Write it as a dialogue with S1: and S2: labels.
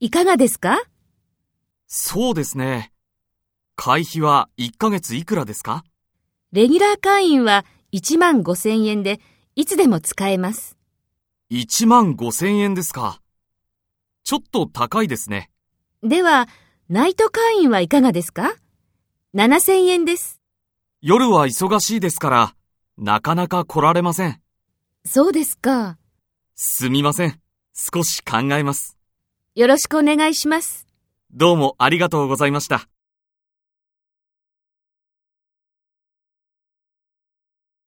S1: いかがですか
S2: そうですね。会費は1ヶ月いくらですか
S1: レギュラー会員は1万5千円で、いつでも使えます。
S2: ?1 万5千円ですか。ちょっと高いですね。
S1: では、ナイト会員はいかがですか ?7 千円です。
S2: 夜は忙しいですから、なかなか来られません。
S1: そうですか。
S2: すみません。少し考えます。
S1: よろしくお願いします。
S2: どうもありがとうございました。